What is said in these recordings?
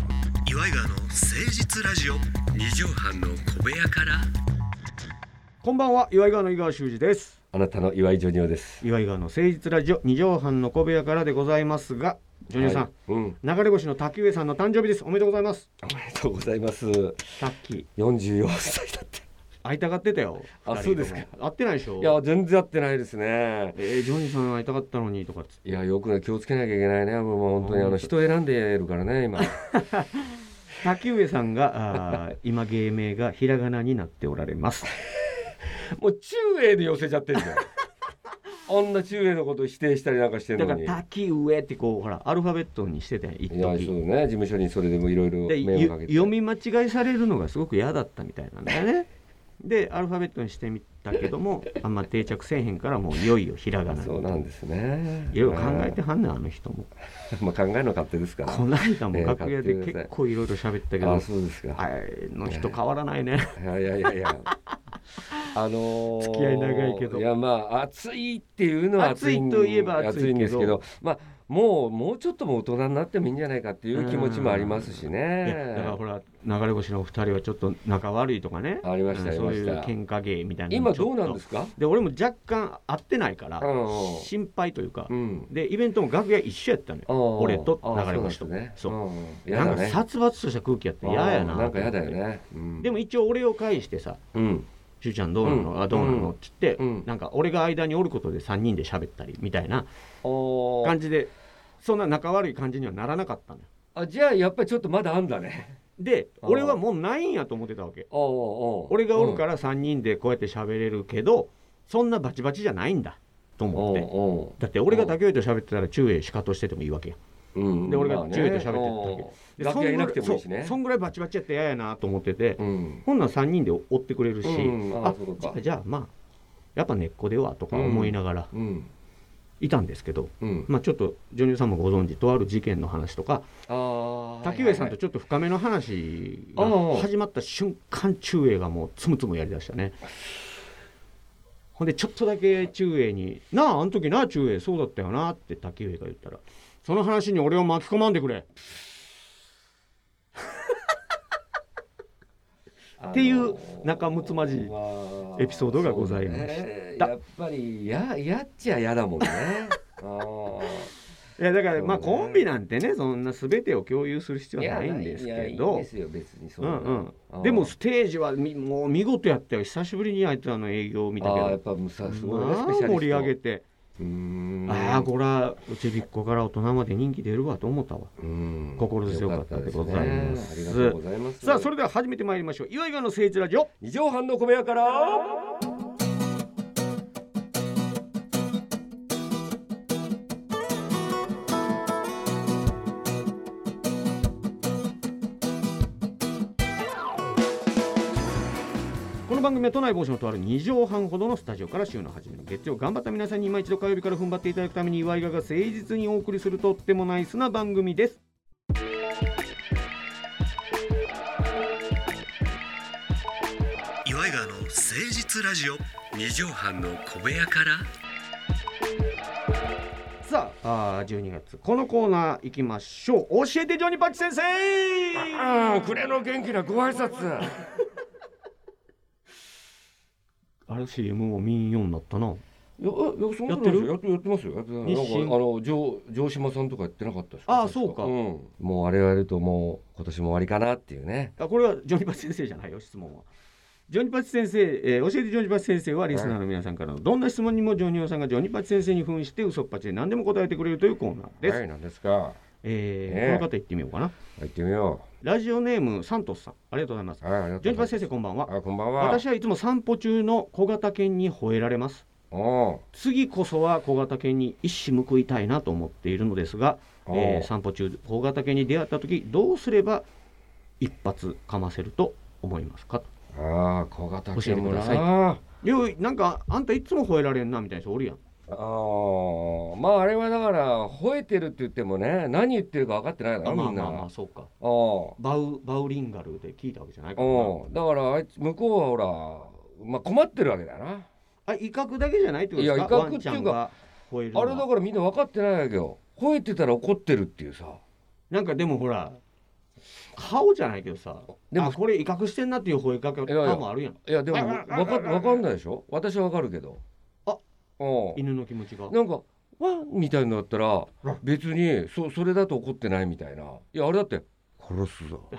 イガーの誠実ラジオ二畳半の小部屋からこんばんは岩井川の井川修司ですあなたの岩井ジョニオです岩井川の誠実ラジオ二畳半の小部屋からでございますがジョニオさん、はいうん流れ星の滝上さんの誕生日ですおめでとうございますおめでとうございますタッキー四十四歳だって会いたがってたよあ二人ともそうですか会ってないでしょいや全然合ってないですねえー、ジョニーさん会いたかったのにとかっつっていやよくね気をつけなきゃいけないねもうもう本当にあの人選んでるからね今滝上さんがあー今芸名がひらがなになっておられます もう中英で寄せちゃってんだよ あんな中英のことを否定したりなんかしてるだのからに滝上ってこうほらアルファベットにしてて一いやそう時ね事務所にそれでもいろいろで迷惑ゆかけて読み間違いされるのがすごく嫌だったみたいなんだよ ねでアルファベットにしてみたけどもあんま定着せえへんからもういよいよひらがなにそうなんですねいろいろ考えてはんねんあの人も まあ考えるの勝手ですからこないだもええ楽屋で買ってください結構いろいろ喋ったけあどそうですかあの人変わらないねいやいやいやい や。あのー付き合い長いけどいやまあ暑いっていうのは暑いん暑いといえば暑いけんどですけど、まあもうもうちょっともう大人になってもいいんじゃないかっていう気持ちもありますしいやだからねほ。ら流れ星のお二人はちょっと仲悪いとかねありましたあうんりそまういしうた。喧嘩芸みたいな今どうなんですすか？で俺も若干会ってないからうんうん心配というかうん。でイベントも楽屋一緒やったのよ俺と流れ星とそそううなんですね。うんやなだんかね。殺伐とした空気やって嫌やななんかやだよね。うんでも一応俺を介してさうん「しゅうちゃんどうなの、うんあどうなの?」って言って、うんなんか俺が間におることで3人で喋ったりみたいなおー感じでそんな仲悪い感じにはならなかったのよあじゃあやっぱりちょっとまだあんだね。であー俺はもうないんやと思ってたわけおーおー。俺がおるからら3人でこうやって喋れるけどそんなバチバチじゃないんだとうん思おっーておだって俺が竹上と喋ってたら中英しかとしててもいいわけやーうん。で俺がまあね注意と喋ってたわけで楽屋いなくてもいいしそんぐらね。そうそんぐらいバチバチやって嫌やなと思ってて、うん。ほんなら3人で追ってくれるし、うんああそうじかゃあじゃあまあやっぱ根っこではとか思いながらうん。いたんですけど、うん。まあ、ちょっとジョニオさんもご存知とある事件の話とかああ。滝上さんとはいちょっと深めの話あがー始まった瞬間中英がもうつむつむやりだしたね。ほんでちょっとだけ中英に「なああの時な中英そうだったよな」って滝上が言ったら「その話に俺を巻き込まんでくれ」はいっていうあのー仲睦まじいまあエピソードがございましたそうねやっぱりややっちゃやだもん ね。あーいやだからまあそうねコンビなんてねそんな全てを共有する必要はないんですいやけいやいいんどですよ別にそうなのんあうーんでもステージはみもう見事やったよ久しぶりにあいつらの営業を見たけああやっどぱむさすごいねまスあペシャリスト。盛り上げうてーん。ああこれはうちびっ子から大人まで人気出るわと思ったわうん心強かったでございますよかったですねありがとうございます。さあそれでは始めてまいりましょう岩井川の聖地ラジオ二畳半の小部屋から。この番組は都内某所のとある2畳半ほどのスタジオから週の初めの月曜頑張った皆さんに今一度火曜日から踏ん張っていただくために岩井川が誠実にお送りするとってもナイスな番組です岩井川の誠実ラジオ二畳半の小部屋から。さああー12月このコーナー行きましょう教えてジョニーパッチ先生うん、暮れの元気なご挨拶。あれ CM も民謡になったなや、いや、そんなこやとってないですよるやって、やってますよ。やってます日清なんか、あの、城、城島さんとかやってなかったでしょああ確そうかんもう我々ともう、今年も終わりかなっていうね。あこれはジョニーパッチ先生じゃないよ質問はジョニーパッチ先生、えー教えてジョニーパッチ先生はリスナーの皆さんからのどんな質問にもジョニオさんがジョニーパッチ先生に扮して嘘っぱちで何でも答えてくれるというコーナーです、はい、なんですか。えーねえこの方行ってみようかな行ってみよラジオネームサントスさんありがとうございますう。はい、ありがジとョうニーございパッチ先生こんばんはます。あ、こんばんは。私はいつも散歩中の小型犬に吠えられますお次こそは小型犬に一矢報いたいなと思っているのですが、おうえー散歩中小型犬に出会った時どうすれば一発かませると思いますかうん。ああ、小型犬もな。教えてくださいあいやなんかあんたいつも吠えられんなみたいな人おるやんあ、まあ、あれはだから、吠えてるって言ってもね、何言ってるか分かってないだあろ、まみあんな。まあまああそうかあ。バウバウリンガルで聞いたわけじゃないからなうん、だからあいつ向こうはほら、まあ、困ってるわけだよなあ威嚇だけじゃないってことですかいや威嚇ワンちゃんっていうが吠えるのあはれだからみんな分かってないわけよ吠えてたら怒ってるっていうさなんかでもほら顔じゃないけどさででももこれ威嚇してんなっていう吠えかけ方もあるやんいやでもああああわかわかんないでしょ私はわかるけどあうん犬の気持ちがなんか「わ」みたいのだったらら別にそそれだと怒ってないみたいないやあれだって「殺すぞ」っ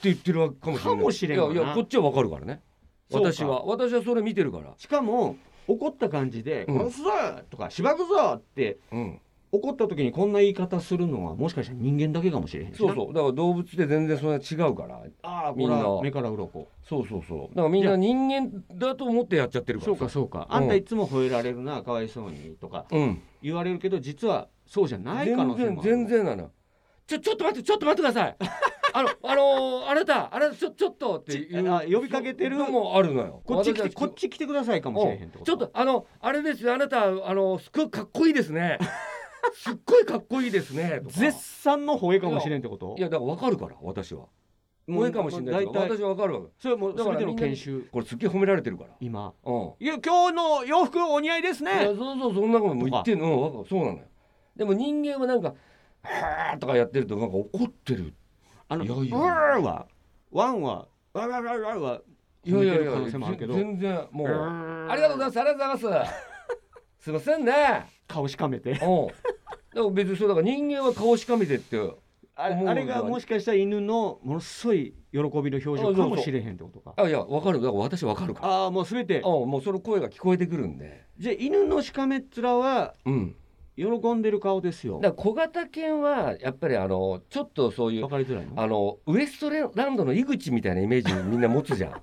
て言ってるわけかもしれないかもしれんわないやいやこっちはわかるからねそうか私は私はそれ見てるからしかも怒った感じで「うん殺すぞ!」とか「しばくぞ!」ってうん怒った時にこんな言い方するのはもしかしたら人間だけかもしれへんしそなうそうだから動物って全然それは違うからああみこんれなは目から鱗そうそうそうだからみんいなや人間だと思ってやっちゃってるからそうかそうかあんたいつも吠えられるなかわいそうにとかうん言われるけど実はそうじゃない可能全性も然ある全然なのよちょちょっと待ってちょっと待ってくだ さいあのあのーあなたあなたちょちょっとっていうあ呼びかけてるのもあるのよこっち来て私こはっち来てくださいかもしれへんってうこんちょとっとあのあれですよあなたあのすっごいかっこいいです ねすっごいかっこいいですねとか絶賛の吠えかもしれんってこといやだから分かるから私はもう声かもしれないけど大体私は分かるわそれもうだから全てみのんなに研修これすっげえ褒められてるから今うんいや今日の洋服お似合いですいやねそうそうそんなことも言ってんのうんわかそうなのよでも人間はなんか「はあ」とかやってるとなんか怒ってるあのいやういやーはワンはわわわわわいやいやい褒めてるや可能性もあるけどぜ全然もう、あありがとうございますありがとうございますすいませんね 顔しかめてうんでも別にそうだから人間は顔しかめてってあれ思うのあれがもしかしたら犬のものすごい喜びの表情かもしれへんってことかあいやわかるだから私わかるからああもう全うてんもうその声が聞こえてくるんでじゃあ犬のしかめっ面はうん喜んでる顔ですよだから小型犬はやっぱりあのちょっとそういうわかりづらいのあのウエストランドの井口みたいなイメージみんな持つじ ゃん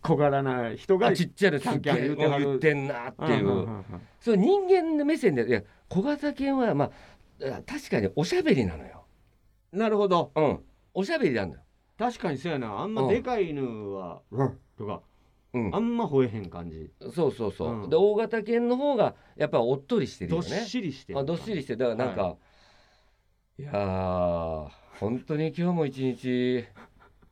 小柄な人があちっちゃいのすっげえキャンキャン言うてはる言ってんなってうんいうう、んうんうんそれ人間の目線でいや小型犬はまああ確かにおしゃべりなのよ、なるほどうん、おしゃべりなんだよ、確かにそうやなあんまでかい犬はとかうんあ、んま吠えへん感じそうそうそう、うんで大型犬の方がやっぱおっとりしてるどよっねしりしてあどっしりしてだからなんか、い、やー本当に今日も一日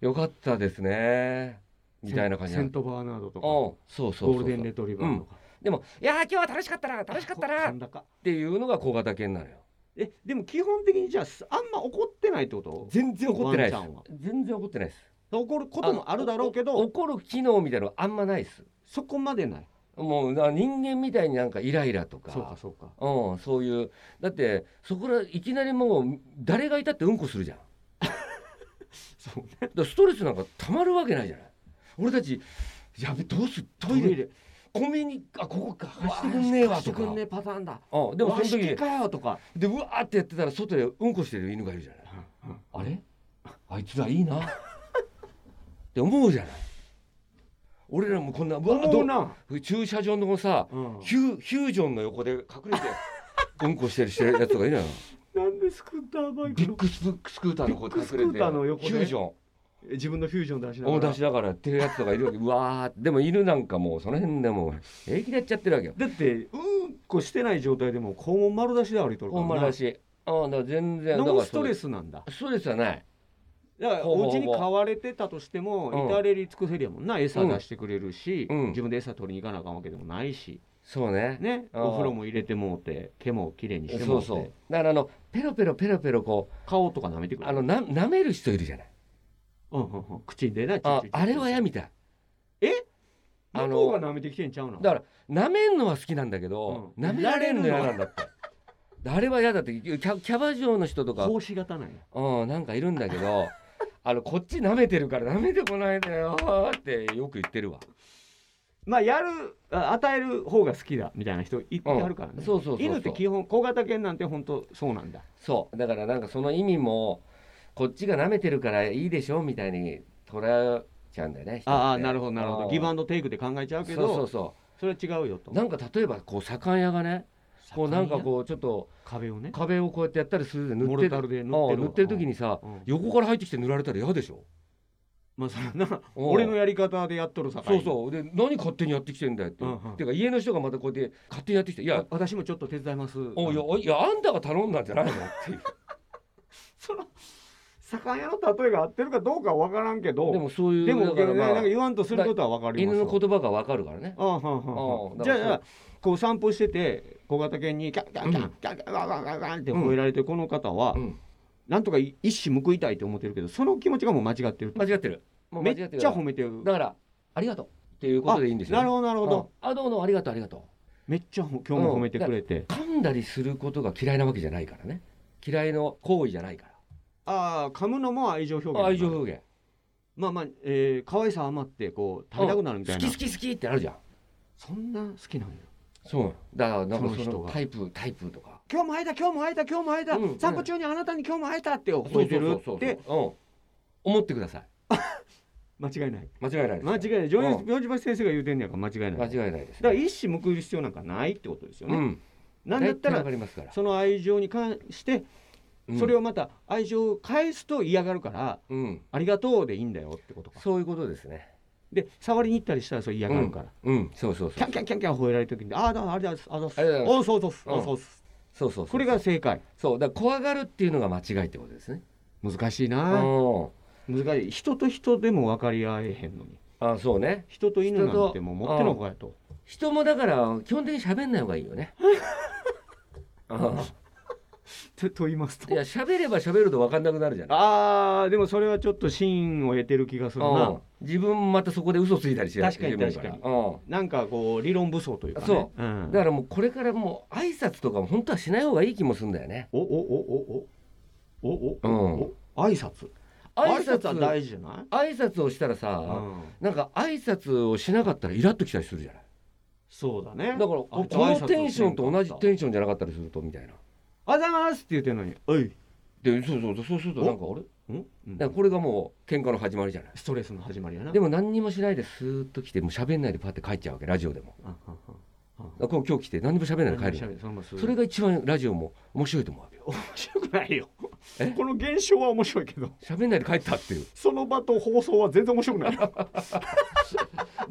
良かったですねみたいな感じセなンのトバーナードとかうゴんそうそうそうールデンレトリバーとかでも「いやー今日は楽しかったな楽しかったな」あっこ甲高ていうのが小型犬なのよえでも基本的にじゃあすあんま怒ってないってこと全然怒ってないでワンちゃんはす全然怒ってないです怒ることもあるだろうけあのおど怒る機能みたいなのあんまないですそこまでないもうな人間みたいになんかイライラとかそうかそうかうん、そういうだってそこらいきなりもう誰がいたってうんこするじゃんそうだからストレスなんかたまるわけないじゃない俺たちやべどうするトイレコンビニあここか走ってくんねえわとかくんねえパターンだうん、ででももそそのの時時かよとかでうわーってやってたら外でうんこしてる犬がいるじゃないあれあいつらいいなって思うじゃない俺らもこんなうわー思うなど駐車場のさうんヒューヒュージョンの横で隠れてうんこしてるしてるやつがいるのよなんでスクーターバイビクッのグススクーターのこうビッグ隠スれクてーターの横でヒュージョンえ自分のフュージョン出しなが大ら出しだからっていうやつとかいるわけうわーでも犬なんかもうその辺でもう平気でやっちゃってるわけよだってうんこしてない状態でも肛門丸出しで歩いてるかほらなんまだしああだから全然だかノらンストレスなんだストレスはないだからほぼほぼお家に飼われてたとしてうんも至れり尽くせりやもんな餌出してくれるし、うん自分で餌取りに行かなあかんわけでもないし、そうねねあーお風呂も入れてもうて毛もきれいにしてそもううてそうだからあのペロペロペロペロこ顔とか舐めてくうるあのな舐める人いるじゃないうんうんうん、口でなああれはやめみたいあ向のこうが舐めてきてんちゃうのだから舐めんのは好きなんだけど、うん舐められんの嫌なんだってであれは嫌だってキャキャバ嬢の人とか格子型なんやうん、なんかいるんだけ ど、あの、こっち舐めてるから舐めてこないでよーってよく言ってるわ。まあやるあ与える方が好きだみたいな人いっぱいあるからね、うんそうそうそうそう犬って基本小型犬なんて本当そうなんだそう。だからなんかその意味も、こっちが舐めてるからいいでしょみたいに捉えちゃうんだよね。ああなるほどなるほどギブンアンドテイクで考えちゃうけそうそうどそそれは違うよとう。なんか例えば、こう、左官屋がね、こうなんかこう、ちょっと壁をね壁をこうやってやったりするで塗モってルる。タあルで塗ってある塗ってる時にさ、うん横から入ってきて塗られたら嫌でしょまあそれなうん俺のやり方でやっとるさそうそうで何勝手にやってきてんだよって、うんうんていうか家の人がまたこうやって勝手にやってきていや私もちょっと手伝いますおいやおいいやあんたが頼んだんじゃないのっていうその魚屋の例えが合ってるかどうかは分からんけどでもそういう でだもからまあなんか言わんとすることは分かりま犬すのよ言葉がわかるからね。ああはあはうんだあじからゃあこう散歩してて小型犬にキャンキャンキャンキャンキャンキャンキャンキャンキャンって吠えられてこの方はうんなんとかい一矢報いたいと思ってるけどその気持ちがもう間違ってると間違ってるもう間め違ってっるちゃ褒めてるだからありがとうっていうことでいいんですよ、あなるほどなるほうど、んあどうもありがとうありがとめっちゃほ今日も褒めてくれて、う噛んだりすることが嫌いなわけじゃないからね嫌いの行為じゃないかああ噛むのも愛情表現ら愛情表現まあまあ、えー、可愛さ余ってこう食べたくなるみたいな好き好き好きってなるじゃんそんな好きなんやそうなのだからなんかそのそ人のがタイプタイプとか今日も会えた今日も会えた今日も会えた、うん散歩中にあなたに今日も会えたって覚えてそうそうるそうそうってうん、思ってください間違いない間違いないです間違いないジョージジョージバシ先生が言うてんねやから間違いない間だか違いないです、ら一矢報いる必要なんかないってことですようね、んなんだった大体わらかりますからその愛情に関してそれを、をまた愛情を返すと嫌がるから、うん、ありがとうでいいんだよってことかそういうことですねで触りに行ったりしたらそれ嫌がるから、うんそうそうキそャうンキャンキャンキャン吠えられる時にああだあれだああだありがとうございますおうそうそうそううんそうそうそうそうそうこれが正解そうだから怖がるっていうのが間違いってことですね難しいあな難しい人と人でも分かり合えへんのにあそうね人と犬なんて人ともう持ってのほかやと人もだから基本的に喋んない方がいいよねうんと と言いますいや喋れば喋ると分かんなくなるじゃないあーでもそれはちょっと真を得てる気がするうんな自分またそこで嘘ついたりして確かにしてるから確うんなんかこう理論武装というかね、そうんだ、からもうこれからもう挨拶とかも本当はしない方がいい気もするんだよねおおおおおおおお、挨拶挨挨拶拶は大事じゃない、挨拶をしたらさ、うん、なんか挨拶をしなかったらイラッときたりするじゃないそうだねだからこあいつ挨の拶テンションと同じおはよテンションじゃなかったりするとみたいなうございますって言ってんのにおい、でそうそうそうそうするとなんかあれうんうんだからこれがもう喧嘩の始まりじゃないストレスの始まりやなでもも何にもしないでスーッと来てもう喋んないでパッて帰っちゃうわけラジオでもだから今日来て何も喋んないで帰るそのそれが一番ラジオも面白いと思うわけよ面白くないよえこの現象は面白いけど喋んないで帰ったっていうその場と放送は全然面白くない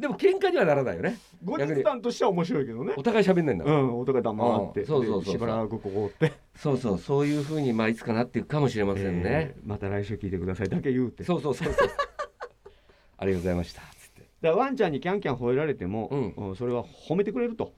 でも喧嘩にはならないよね後日談としては面白いけどねお互い喋んないんだうから、ん音が黙ってうんそうそうそうでしばらくここってそうそうそういうふうにまあいつかなっていくかもしれませんね、えーまた来週聞いてくださいだけ言うてだそかうそうそう そうありがとうございましたつってらワンちゃんにキャンキャン吠えられても、うんうんそれは褒めてくれると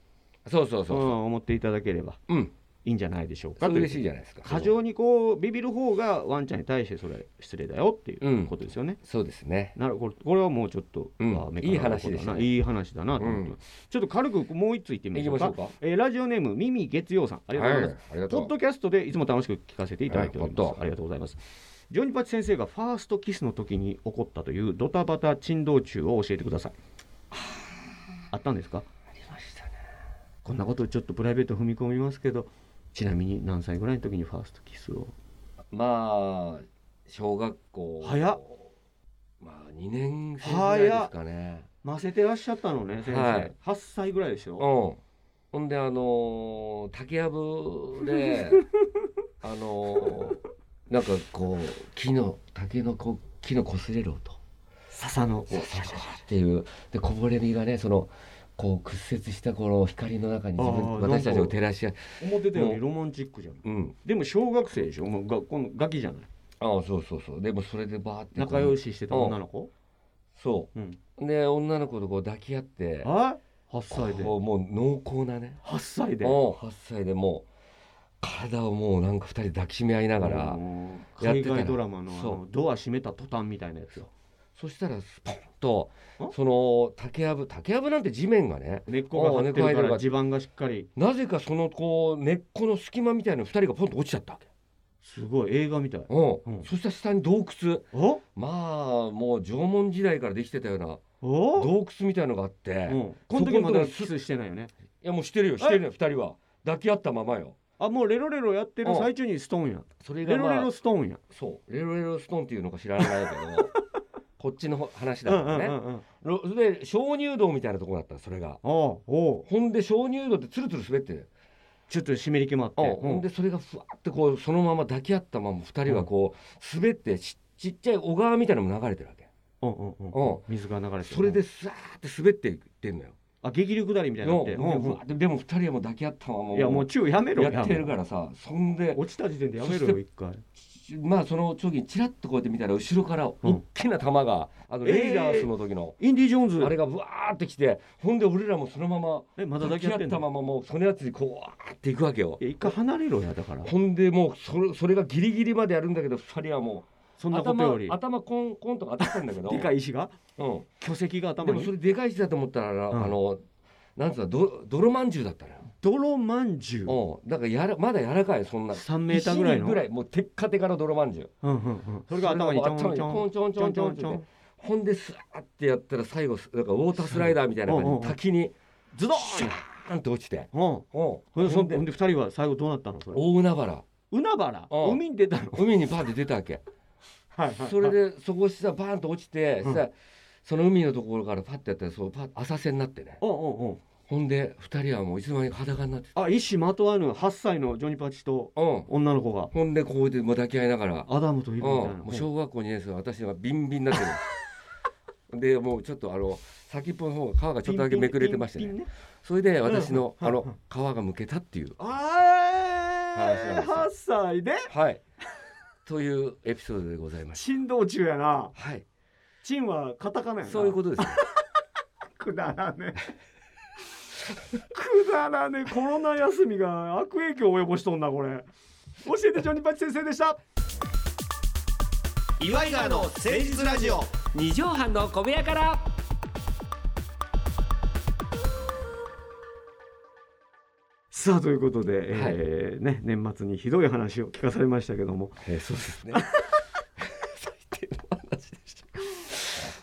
そうそううんそ思っていただければううんいいんじゃないでしょうそかれ嬉しいというじゃないですか過剰にこうビビる方がワンちゃんに対してそれは失礼だよっていううんことですよね、そうですねなるこれこれはもうちょっと、うんあ目から鱗いい話でだしなたねいい話だなと思って、うんちょっと軽くもう一ついってみ行ましきょうましかょうかえーラジオネームミミ月曜さんありがとうございます、はいありがとポッうドキャストでいつも楽しく聞かせていただいております、はいほんとありがとうございますジョニパチ先生がファーストキスの時に起こったというドタバタ珍道中を教えてくださいあったんですかありましたねこんなことちょっとプライベート踏み込みますけどちなみに何歳ぐらいの時にファーストキスをまあ小学校早っまあ2年生ぐらいですかねませてらっしゃったのね先生、はい8歳ぐらいでしうんょほんであのー竹やぶ であのーなんかこう木の竹のこ木の擦れる音笹のこうシャシャシャっていうでこぼれ日がねそのこう屈折したこの光の中に自あー分なんか私たちを照らし合う思ってたよりロマンチックじゃんうんでも小学生でしょもう学校のガキじゃないああそうそうそうでもそれでバーってこう仲良ししてた女の子そうんうで女の子とこう抱き合ってあ8歳でこうもう濃厚なね8歳でうん8歳でもう体をもうなんか2人で抱きしめ合いながらうんやっ海てたら外ドラマのあそのドア閉めた途端みたいなやつよそしたらスポンとんその竹やぶ竹やぶなんて地面がね根っこがあ張ってあ根っこ入っるてかるからら地盤がしっかりなぜかそのこう根っこの隙間みたいな2人がポンと落ちちゃったわけ。すごい映画みたいうんうんそしたら下に洞窟おまあもう縄文時代からできてたようなお洞窟みたいのがあって、ういんこの時まだキスしてないよねやもうしてるよしてるよ2人は抱き合ったままよあもうレロレロやってるうん最中にストーンやそれレが、ロまあ、レロストーンやそうレロレロストーンっていうのか知らないけ どこっちの話だからね、うんうんうんうんろそれで鍾乳洞みたいなとこだったのそれがおうおうほんで鍾乳洞ってツルツル滑ってる、ちょっと湿り気もあってうんほんでそれがふわってこうそのまま抱き合ったまま2人はこう滑ってちちっちゃい小川みたいなのも流れてるわけ、うんうんうんう水が流れん、てるそれでさーって滑っていってんのよああ激流下りみたいになっのて、もううんうんうわででも二人はもう抱き合ったままいやもう中やめろやってるもからさそんでう落ちた時点でやめそしろよて一回まあその時にチラッとこうやって見たら後ろから大きな弾が、あのえーレイダースの時の、インディ・ジョーンズあれがブワーってきてほんで俺らもそのままえまだ抱き抱き合合ってっんたまのまもうそのやつにこうわーっていくわけよいや一回離れろやだからほんでもうそれそれがギリギリまでやるんだけど二人はもそうんなこと頭より頭コンコンとか当たったんだけどでかい石がうん、巨石がで頭もそれにでかい石だと思ったら、うんあのなんつうのど泥まんじゅうだったのよ泥まんじゅううん、だからやらまだ柔らかいそんな3メーターぐらいの1ミリぐらいもうテッカテカの泥まんじゅううんうんうんそれが頭にちょんちょんちょんちょんちょんちょんちょんってほんですーってやったら最後すなんかウォータースライダーみたいな感じうんうんうでん滝にズドシャーンーンって落ちて、うんほうん、ほんでそんんででほんで2人は最後どうなったのそれ大海原海原うん海に出たの海にパーって出たわけはいそれででそこさバーンと落ちてうんさその海のところからパッてやったらそうパッ浅瀬になってねおうおうおうほんで二人はもういつの間にか裸になってあ意思まとわぬ8歳のジョニパチとた、うん、女の子がほんでこうでもう抱き合いながらアダムとイブみたいうん、なもう小学校2年生は私はビンビンになって るでもうちょっとあの先っぽの方が皮がちょっとだけめくれてましたピンねピンピンピンそれで私のうんあの皮がむけたっていうあー8歳ではいというエピソードでございまし珍道中やなたはいチンはカタカナやなそういうことですねくだらねえくだらねえコロナ休みが悪影響を及ぼしとんなこれ教えてジョニパチ先生でした岩井川の誠実ラジオ二畳半の小部屋からさあということで、えーね、年末にひどい話を聞かされましたけどもえーそうです ね最低の話でした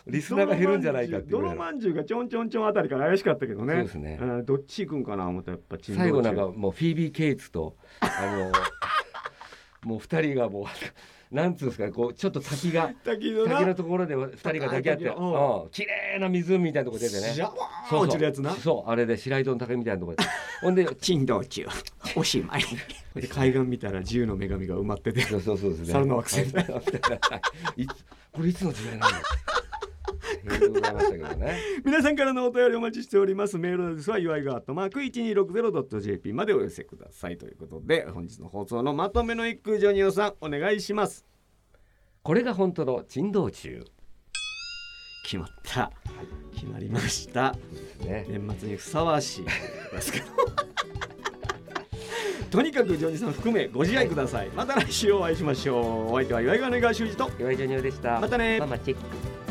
リスナーが減るんじゃないかっていうぐら泥いのまんじゅうがちょんちょんちょんあたりから怪しかったけどねそうですねあーどっち行くんかな思ったらやっぱ珍道中最後なんかもうフィービー・ケイツとあの もう二人がもうなんつうんですかこうちょっと滝が滝のな滝のところで二人が抱き合って、高い滝のうん、綺麗な湖みたいなとこ出てねジャワーそうそう落ちるやつなそうあれで白糸の滝みたいなとこでほんで珍道中おしまい で海岸見たら自由の女神が埋まってて そうそうそうですね猿の惑星み たはいいつこれいつの時代なの いろいろございましたけどね皆さんからのお便りお待ちしておりますメールアドレスは祝いがアットマーク 1260.jp までお寄せくださいということで本日の放送のまとめの一句ジョニオさんお願いしますこれが本当の珍道中決まった決まりましたですね年末にふさわしいで すけどとにかくジョニオさん含めご自愛くださいまた来週お会いしましょうお相手は祝いがの井川修司と岩井ジョニオでしたまたねママチェック